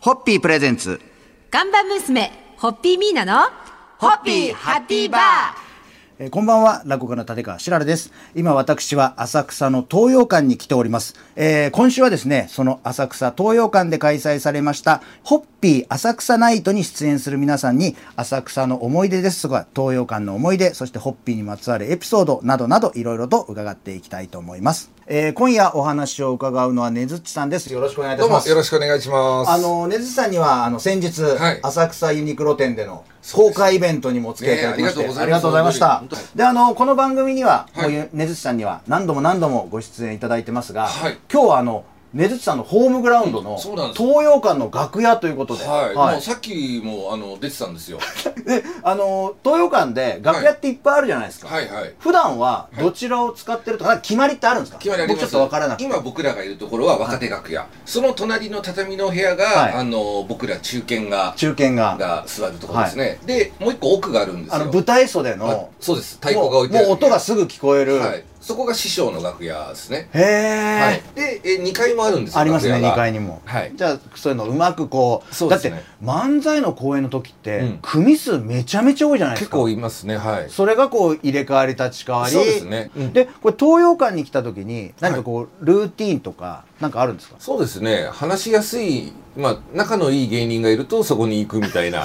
ホッピープレゼンツ。看板娘、ホッピーミーナの、ホッピーハッピーバーえーこんばんは、落語家の立川しららです。今私は浅草の東洋館に来ております。えー今週はですね、その浅草東洋館で開催されました、ホッピー浅草ナイトに出演する皆さんに、浅草の思い出ですとか、東洋館の思い出、そしてホッピーにまつわるエピソードなどなど、いろいろと伺っていきたいと思います。えー今夜お話を伺うのは根津っちさんです。よろしくお願いいたどうしもます。よろしくお願いします。あの根津さんにはあの先日、はい浅草ユニクロ店での公開イベントにもお付き合いいただきまして、ねえあありりがとがとうござうございいまましすた本当にであのこの番組には、はいもう根津さんには何度も何度もご出演いただいてますが、はい今日はあの根津さんのホームグラウンドのんそうなんです東洋館の楽屋ということで、はい、はいもうさっきもあの出てたんです よ。であの東洋館で楽屋っていっぱいあるじゃないですか、はいはい。普段はどちらを使ってるとかなんか決まりってあるんですか決まりあります。僕ちょっと分からなくて今僕らがいるところは若手楽屋。その隣の畳の部屋が、はいあの僕ら中堅が中堅がが座るところですね。でもう一個奥があるんですあよ。の舞台袖のあそうです。太鼓が置いてあるもうもう音がすぐ聞こえる、はい。そこが師匠の楽屋ですね。へえ、はい。でえ二階もあるんですよ。ありますね楽屋2が階にも、はいじゃあそういうのうまくこうそうですねだって漫才の公演の時って、うん組数めちゃめちゃ多いじゃないです結か構いますね。はい。それがこう入れ替わり立ち替わりそうですねうんでこれ東洋館に来た時に何かこう、ルーティーンとかなんかあるんですかそうですね。話しやすい、まあ仲のいい芸人がいるとそこに行くみたいな。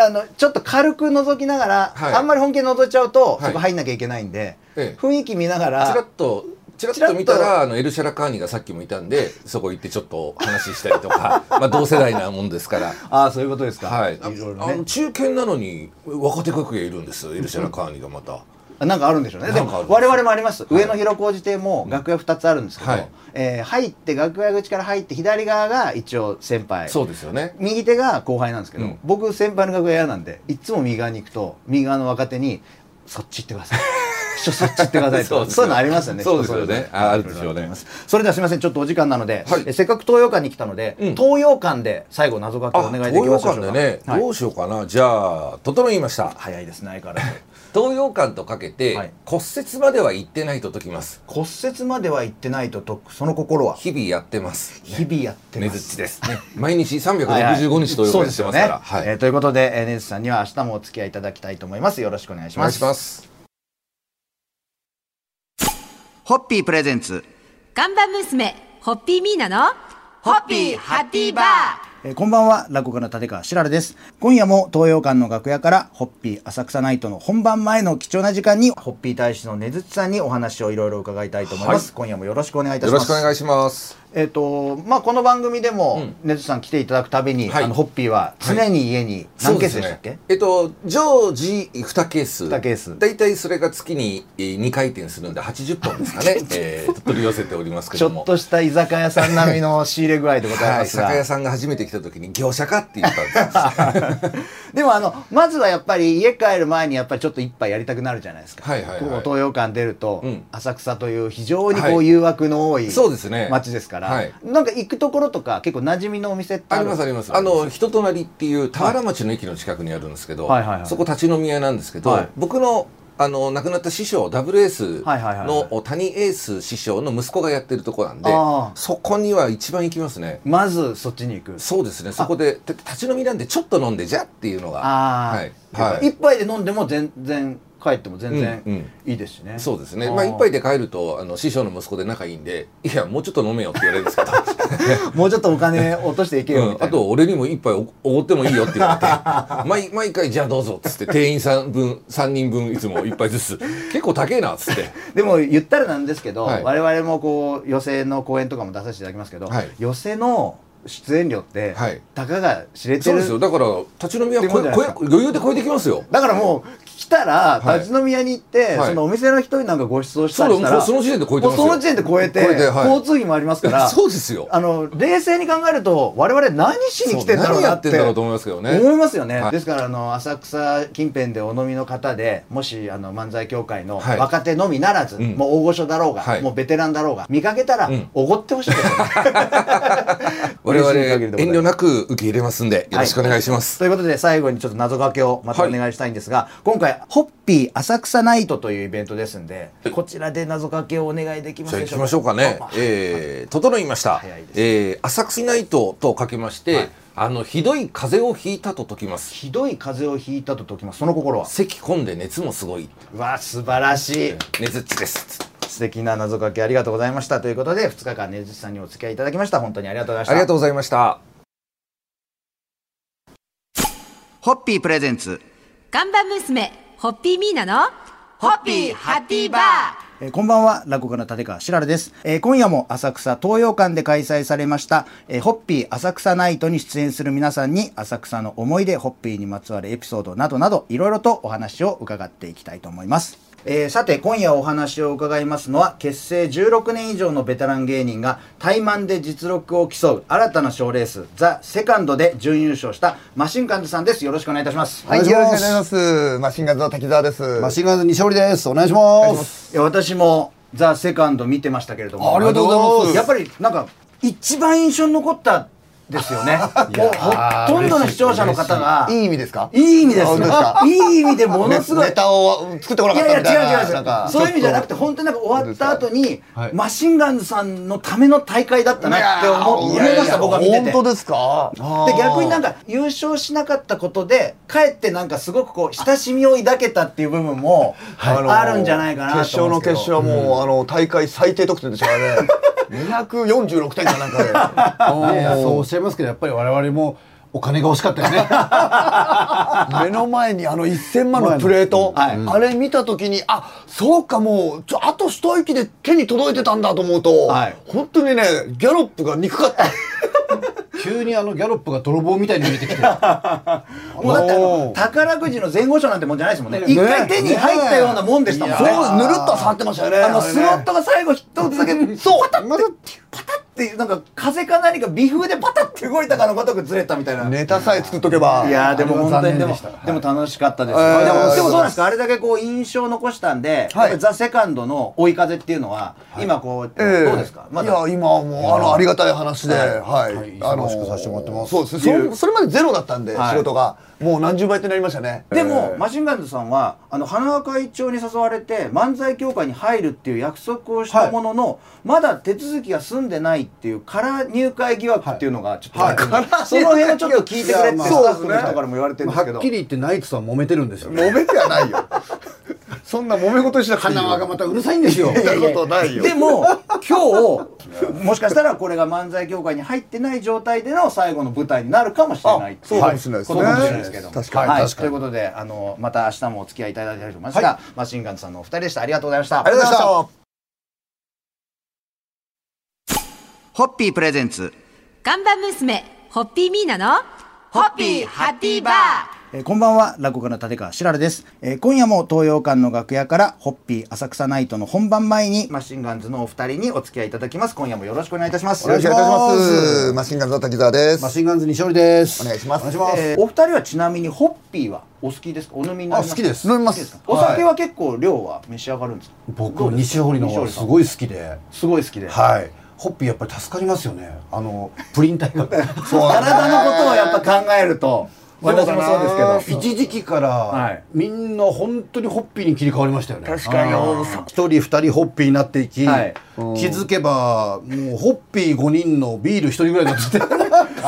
あのちょっと軽く覗きながら、はいあんまり本気で覗いちゃうと、はいそこ入んなきゃいけないんで、ええ雰囲気見ながちららっと、ちらっちらっとと見たら、あの、エルシャラカーニがさっきもいたんで、そこ行ってちょっと話したりとか、 まあ同世代なもんですから。ああそういうことですかはい。いろいあろあねの、中堅なのに、若手楽屋いるんですよ、エルシャラカーニがまた。なんかあるんでしょうね。でなんかあもる我々もあります。上野広小路亭も楽屋二つあるんですけど、はいえー入って楽屋口から入って左側が一応先輩。そうですよね。右手が後輩なんですけど、うん僕先輩の楽屋嫌なんで、いつも右側に行くと右側の若手にそっち行ってくだ さい。師匠そっち行ってくださいとそうかですそういうのありますよね。そうですよね人れぞれああるでしょうねいろいろありますそれではすみません、ちょっとお時間なので、はいえせっかく東洋館に来たので、うん東洋館で最後謎かけをお願いできますでしょうか。東洋館でね、はいどうしようかな。じゃあ、整いました。早いですね、相変わら ず。東洋館とかけて、はい骨折までは行ってないと解きます。骨折までは行ってないとと、その心は日々やってます。日々やってねまずっす。ちです。ね毎日365日というそこうとでしすてまよすねから。。はい。えーということで、えーネズさんには明日もお付き合いいただきたいと思います。よろしくお願いしお願まいす。します。ホッピープレゼンツ。看板娘、ホッピーミーナの、ホッピーハッピーバーえーこんばんは、落語家の立川しららです。今夜も東洋館の楽屋から、ホッピー浅草ナイトの本番前の貴重な時間に、ホッピー大使の根津さんにお話をいろいろ伺いたいと思います。今夜もよろしくお願いいたよしろましす。くお願いします。えっ、と、まあ、この番組でも、根津さん来ていただくたびに、はいあの、ホッピーは常に家に、何ケースでしたっけ、そうすねえっと常時2ケース二ケース大体それが月に2回転するんで80本ですか ね、えー取り寄せておりますけちょどっもとした居酒屋さん並みの仕入れ具合でございはまい、すが、酒屋さんが初めて来た時に業者かって言ったんですよ でもあのまずはやっぱり家帰る前にやっぱりちょっと一杯やりたくなるじゃないですか、はいはいはいこう東洋館出ると、うん浅草という非常にこはうい誘惑の多いそうですね街ですから、はいなんか行くところとか結構馴染みのお店ってあありるますありますあの人となりっていう田原町の駅の近くにあるんですけど、はいはいはいそこ立ち飲み屋なんですけど、はい僕のあの亡くなった師匠ダブルエースはいはいはいはいの谷エース師匠の息子がやってるとこなんであーそこには一番行きますねまずそっちに行くそうですね、そこで、て立ち飲みなんで、ちょっと飲んでじゃっていうのが、ああ、はい、はい、一杯で飲んでも全然帰っても全うんう然んいいですしね、そうですね、あーまあ、一杯で帰ると、あの師匠の息子で仲いいんで、いや、もうちょっと飲めよって言われるんです けど、 もうちょっとお金落としていけよみうん、たあいな、と、俺にも一杯おおごってもいいよって 言われて、毎毎回、じゃあどうぞっつって、店員さん分、3人分、いつも一杯ずつ、結構高えなっつって、でも言ったらなんですけど、はい我々もこう寄席の公演とかも出させていただきますけど、はい寄席の出演料って、はいたかが知れてそうるですよ、だから、立ち飲みはでもこじえゃないこでえすか余裕で超えてきますよ。だからもう来たらはい立ち飲み屋に行って、はいそのお店の人になんかご馳走したりしたらそうその時点で超えてますよもうその時点で超えて超えてはい交通費もありますから そうですよ。あの冷静に考えると我々何しに来てんだろう何なやっっててんだろうと思いますけどね。思いますよね、はいですからあの浅草近辺でお飲みの方でもしあの漫才協会のはい若手のみならず、んもう大御所だろうが、はいもうベテランだろうが見かけたらんおごってほしいですよね、 我々、嬉しい限りで遠ございます慮なく受け入れますんで、よろしくお願いします。ということで最後にちょっと謎かけをまたお願いしたいんですが、今回回、ホッピー浅草ナイトというイベントですんで、こちらで謎かけをお願いできますじゃあで行しきょうか。ましょうかねああ。えー、整いました早いで。すえー、浅草ナイトとかけまして、はいあの、ひどい風邪をひいたと解きます。ひどい風邪をひいたと解きます。その心は。咳込んで熱もすごい。うわ、素晴らしい。熱っちです。素敵な謎かけありがとうございましたということで2日間ねずちさんにお付き合いいただきました本当にありがとうございましたありがとうございました。ホッピープレゼンツ看板娘、ホッピーミーナの、ホッピーハッピーバーえーこんばんは、落語家の立川しららです。えー今夜も浅草東洋館で開催されました、えーホッピー浅草ナイトに出演する皆さんに、浅草の思い出、ホッピーにまつわるエピソードなどなど、いろいろとお話を伺っていきたいと思います。えーさて、今夜お話を伺いますのは、結成16年以上のベテラン芸人が、対マンで実力を競う新たな賞レース、ザ・セカンドで準優勝したマシンガンズさんです。よろしくお願いいたします。はい、よろしくお願いします。マシンガンズの滝沢です。マシンガンズ西堀です。お願いします。いや私も「ザ・セカンド見てましたけれどもありがとうございますあのやっぱりなんか一番印象に残ったですよねもうほとんどの視聴者の方がいい意味ですかいい意味であす本当ですかいい意味でものすごいネネタを作ってこないかったやみたいいやな。違う違うなん違かうそういう意味じゃなくてちょっ本当になんか終わった後に、はいマシンガンズさんのための大会だったとなって思思いいまやいやした僕は見てて本当ですかで逆になんか、か優勝しなかったことでかえってなんかすごくこう親しみを抱けたっていう部分ものあるんじゃないかな決と思勝うんのですけ決ど勝はもう、あの、大会最低得点でし たからね。246点かなんかねそうおっしゃいますけど、やっぱり我々もお金が欲しかっ たよね。で。目の前にあの1000万のプレート、はいあれ見た時に、あ、そうかもう、ちょあと一息で手に届いてたんだと思うと、はい本当にね、ギャロップが憎かった。急にあのギャロップが泥棒みたいに見え てきもて。うだってあのおー宝くじの前後賞なんてもんじゃないですもんねね一回手に入ったようなもんでしたもんそう、ねぬるっと触ってましたよね。あのれねスロットが最後一つだけそパう、タってなんか風か何か微風でパタって動いたかのごとくずれたみたいな、ネタさえ作っとけば。いやーでも本当にであれもは残念でで,、したはいも楽しかったです、えーでもでもそうなんですかあれだけこう印象を残したんで「はやっぱいりザ・セカンドの追い風っていうのは、今こう、ええどうですかまいだや今はもうあのありがたい話で、はい、はいあの忙しくさせてもらってますそうですね。そそれまでゼロだったんで、はい仕事がもう何十倍ってなりましたね。でも、マシンガンズさんはあの花輪会長に誘われて漫才協会に入るっていう約束をしたものの、まだ手続きが済んでないっていう空入会疑惑っていうのがちょっと、はいはいその辺をちょっと聞いてくれっていやまあスタッフの人からも言われてるんですけはど、っきり言ってナイツとは揉めてるんですよ。揉めてはないよ。そんな揉め事しなくていい花よ。輪がまたうるさいんですよ。そんなこと ないよ。でも今日もしかしたらこれが漫才協会に入ってない状態での最後の舞台になるかもしれないっていそうかもしれないですねことかもしれないですけども確かにはい確かにということであのまた明日もお付き合いいただいたりと思いますが、マシンガンズさんのお二人でしたありがとうございましたありがとうございました。ホッピープレゼンツ看板娘、ホッピーミーナの、ホッピーハッピーバーえーこんばんは、落語家の立川しららです、えー今夜も東洋館の楽屋から、ホッピー浅草ナイトの本番前に、マシンガンズのお二人にお付き合いいただきます。今夜もよろしくお願いいたします。お願いいたしま。お願いしますマシンガンズの滝沢です。マシンガンズ西堀です。お願いしますお願いします。えーお二人はちなみに、ホッピーはお好きですかお飲みになりますあ好きです飲みま好きですすか。お酒いは結構量は召し上がるんですか僕西堀の方がすい。ごい好きで。すごい好きで。はい。ホッピーやっぱり助かりますよね。あのプリン体が。 そうなんだ体のことをやっぱ考えると、私もそうですけど。一時期から、はいみんな本当にホッピーに切り替わりましたよね確かにあー一人二人ホッピーになっていき、はい気づけばもうホッピー5人のビール一人ぐらいにな ってて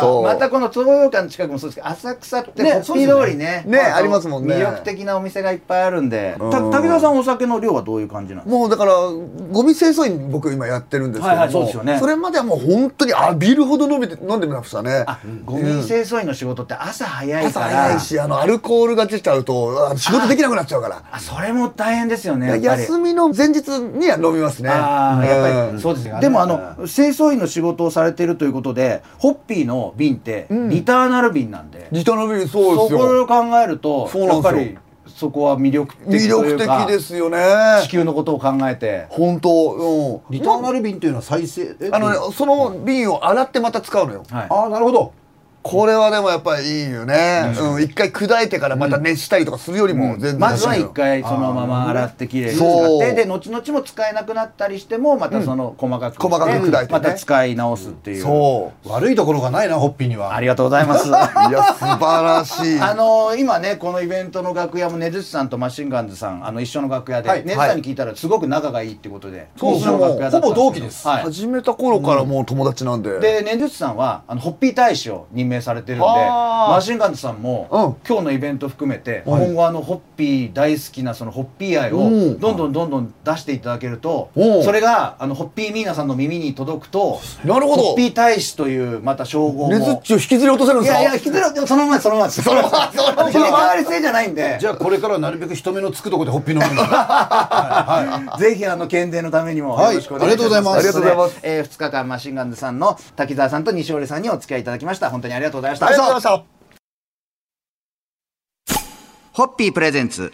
そう。またこの東洋館の近くもそうですけど浅草ってねホッピー通りねそうですねねのありますもんね魅力的なお店がいっぱいあるんでた滝沢さんお酒の量はどういう感じなんですもうだからゴミ清掃員僕今やってるんですけども、はいはいそうですよねそれまではもう本当にあビールほど飲めて飲んでましたねかゴミ清掃員の仕事って朝早い朝から早いしあのアルコールが出ちゃうとあの仕事できなくなっちゃうからあそれも大変ですよねやっぱり休みの前日には飲みますねああやっぱうんりそうですよねでもあの清掃員の仕事をされてるということでホッピーの瓶ってリターナル瓶なんでリターナルビールそうでそすこよを考えるとそうやなんっでぱすよりそこは魅力的と魅いう力か的ですよね地球のことを考えて本当うんリターナル瓶というのは再生えあのねその瓶を洗ってまた使うのよはいああなるほどこれはでもやっぱりいいよね。うん。一回砕いてからまた熱したりとかするよりも全然。まずは一回そのまま洗ってきれいに使そっうてで後々も使えなくなったりしてもまたその細かくして細かく砕いてねまた使い直すっていうそ悪いところがないな、ホッピーには。ありがとうございますう。いや、素晴らし い。あのー今ねこのイベントの楽屋も根津さんとマシンガンズさんあの一緒の楽屋ではい根津さんに聞いたらすごく仲がいいってことでそう一緒の楽屋だったんけどほぼ同期ですはい始めた頃からもう友達なんで。で根津さんはあのホッピー大使を任命されてるんであーマシンガンズさんも、うん今日のイベント含めて、今後あのホッピー大好きなそのホッピー愛うをんどんどんどんどん出していただけると、うんそれがあのホッピーミーナさんの耳に届くとなるほどホッピー大使というまた称号もネズッチを引きずり落とせるんいですかやいや引きずらでもそのままですそのままです そのままあの切り替わり性じゃないんでじゃあこれからなるべく人目のつくところでホッピー飲むん だ。ぜひあの県伝のためにもはよいろしくお願いいたします。。ありがとうございますえー、2日間マシンガンズさんの滝沢さんと西織さんにお付き合いいただきました。本当にありがとうございました。ありがとうございました。ホッピープレゼンツ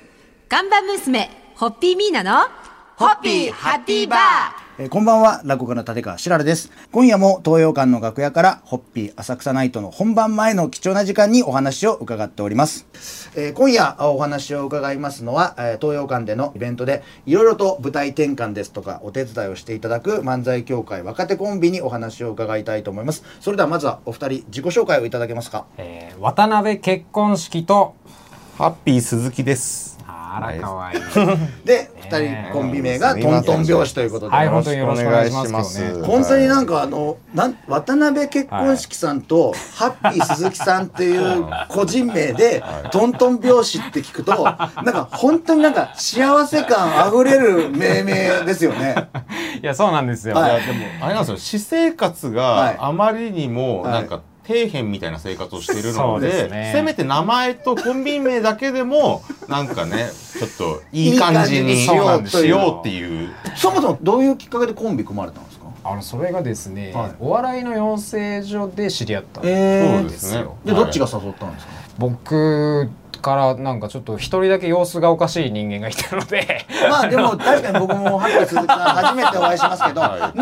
看板娘、ホッピーミーナの、ホッピーハッピーバーえーこんばんは、落語家の立川しららです。今夜も東洋館の楽屋から、ホッピー浅草ナイトの本番前の貴重な時間にお話を伺っております。えー今夜あお話を伺いますのは、えー東洋館でのイベントで、いろいろと舞台転換ですとか、お手伝いをしていただく漫才協会若手コンビにお話を伺いたいと思います。それではまずはお二人、自己紹介をいただけますか。えー渡辺結婚式とハッピー鈴木です。あらかわいいで、二人コンビ名がトントン拍子ということで。はい本当によろしくお願いしますけどね本当になんかあのなん渡辺結婚式さんと、ハッピー鈴木さんっていう個人名で、トントン拍子って聞く となんか本当になんか幸せ感あふれる命名ですよ ね。いやそうなんですよ、はいいやでもあれなんですよ。私生活はいがあまりにもはいなんか底辺みたいな生活をしているのそうでで、すねせめて名前とコンビ名だけでもなんかね、ちょっといい感じいい感じにしにしようよといううしようっていう。そもそもどういうきっかけでコンビ組まれたんですかあのそれがですね、はいお笑いの養成所で知り合ったんでえそうですねよ。でどっちが誘ったんですか、僕からなんかちょっと一人だけ様子がおかしい人間がいたの でまあでも確かに僕もハッピー鈴木さん初めてお会いしますけ ど、なんか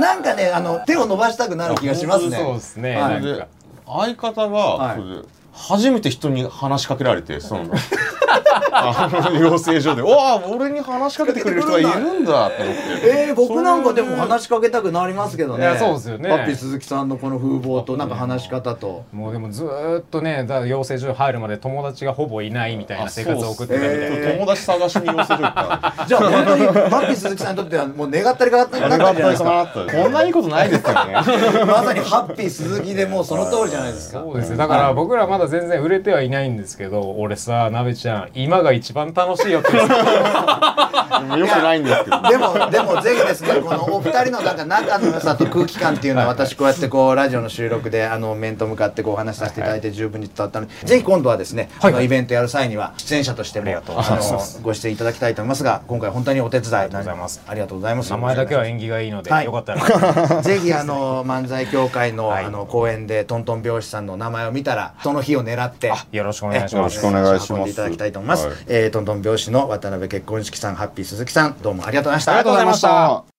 なんかねあの手を伸ばしたくなる気がしますね。そうですね、はいなんそかれで相方が、はいそれで初めて人に話しかけられてそのあの養成所で「おあ俺に話しかけてくれる人がいるんだ」と思って。えー、僕なんかでも話しかけたくなりますけどね。いやそうですよねハッピー鈴木さんのこの風貌となんか話し方と。 もうでもずーっとねだから養成所入るまで友達がほぼいないみたいな生活を送ってたみたいで、友達探しに寄せるか。じゃあ本当にハッピー鈴木さんにとってはもう願ったりかかったりな ったりじゃないですか。こんないいことないですよね。まさにハッピー鈴木でもうその通りじゃないですか。そうですねだから僕らまだ全然売れてはいないんですけど俺さなべちゃん今が一番楽しいよって よくないんですけど。でもでもぜひですねこのお二人のなんか仲の良さと空気感っていうのは私こうやってこうラジオの収録であの面と向かってこうお話しさせていただいて十分に伝わったのでぜひ今度はですねあのイベントやる際には出演者としてもあのご出演いただきたいと思いますが今回本当にお手伝いありがとうございますありがとうございます名前だけは縁起がいいので、はいよかった らぜひあ の漫才協会のあの公演でトントン拍子さんの名前を見たらその日を狙ってよろしくお願いしえまろすしくお願いしま運すんでいただきたいと思いますはいえートントン拍子の渡辺結婚式さんハッピー鈴木さんどうもありがとうございましたありがとうございました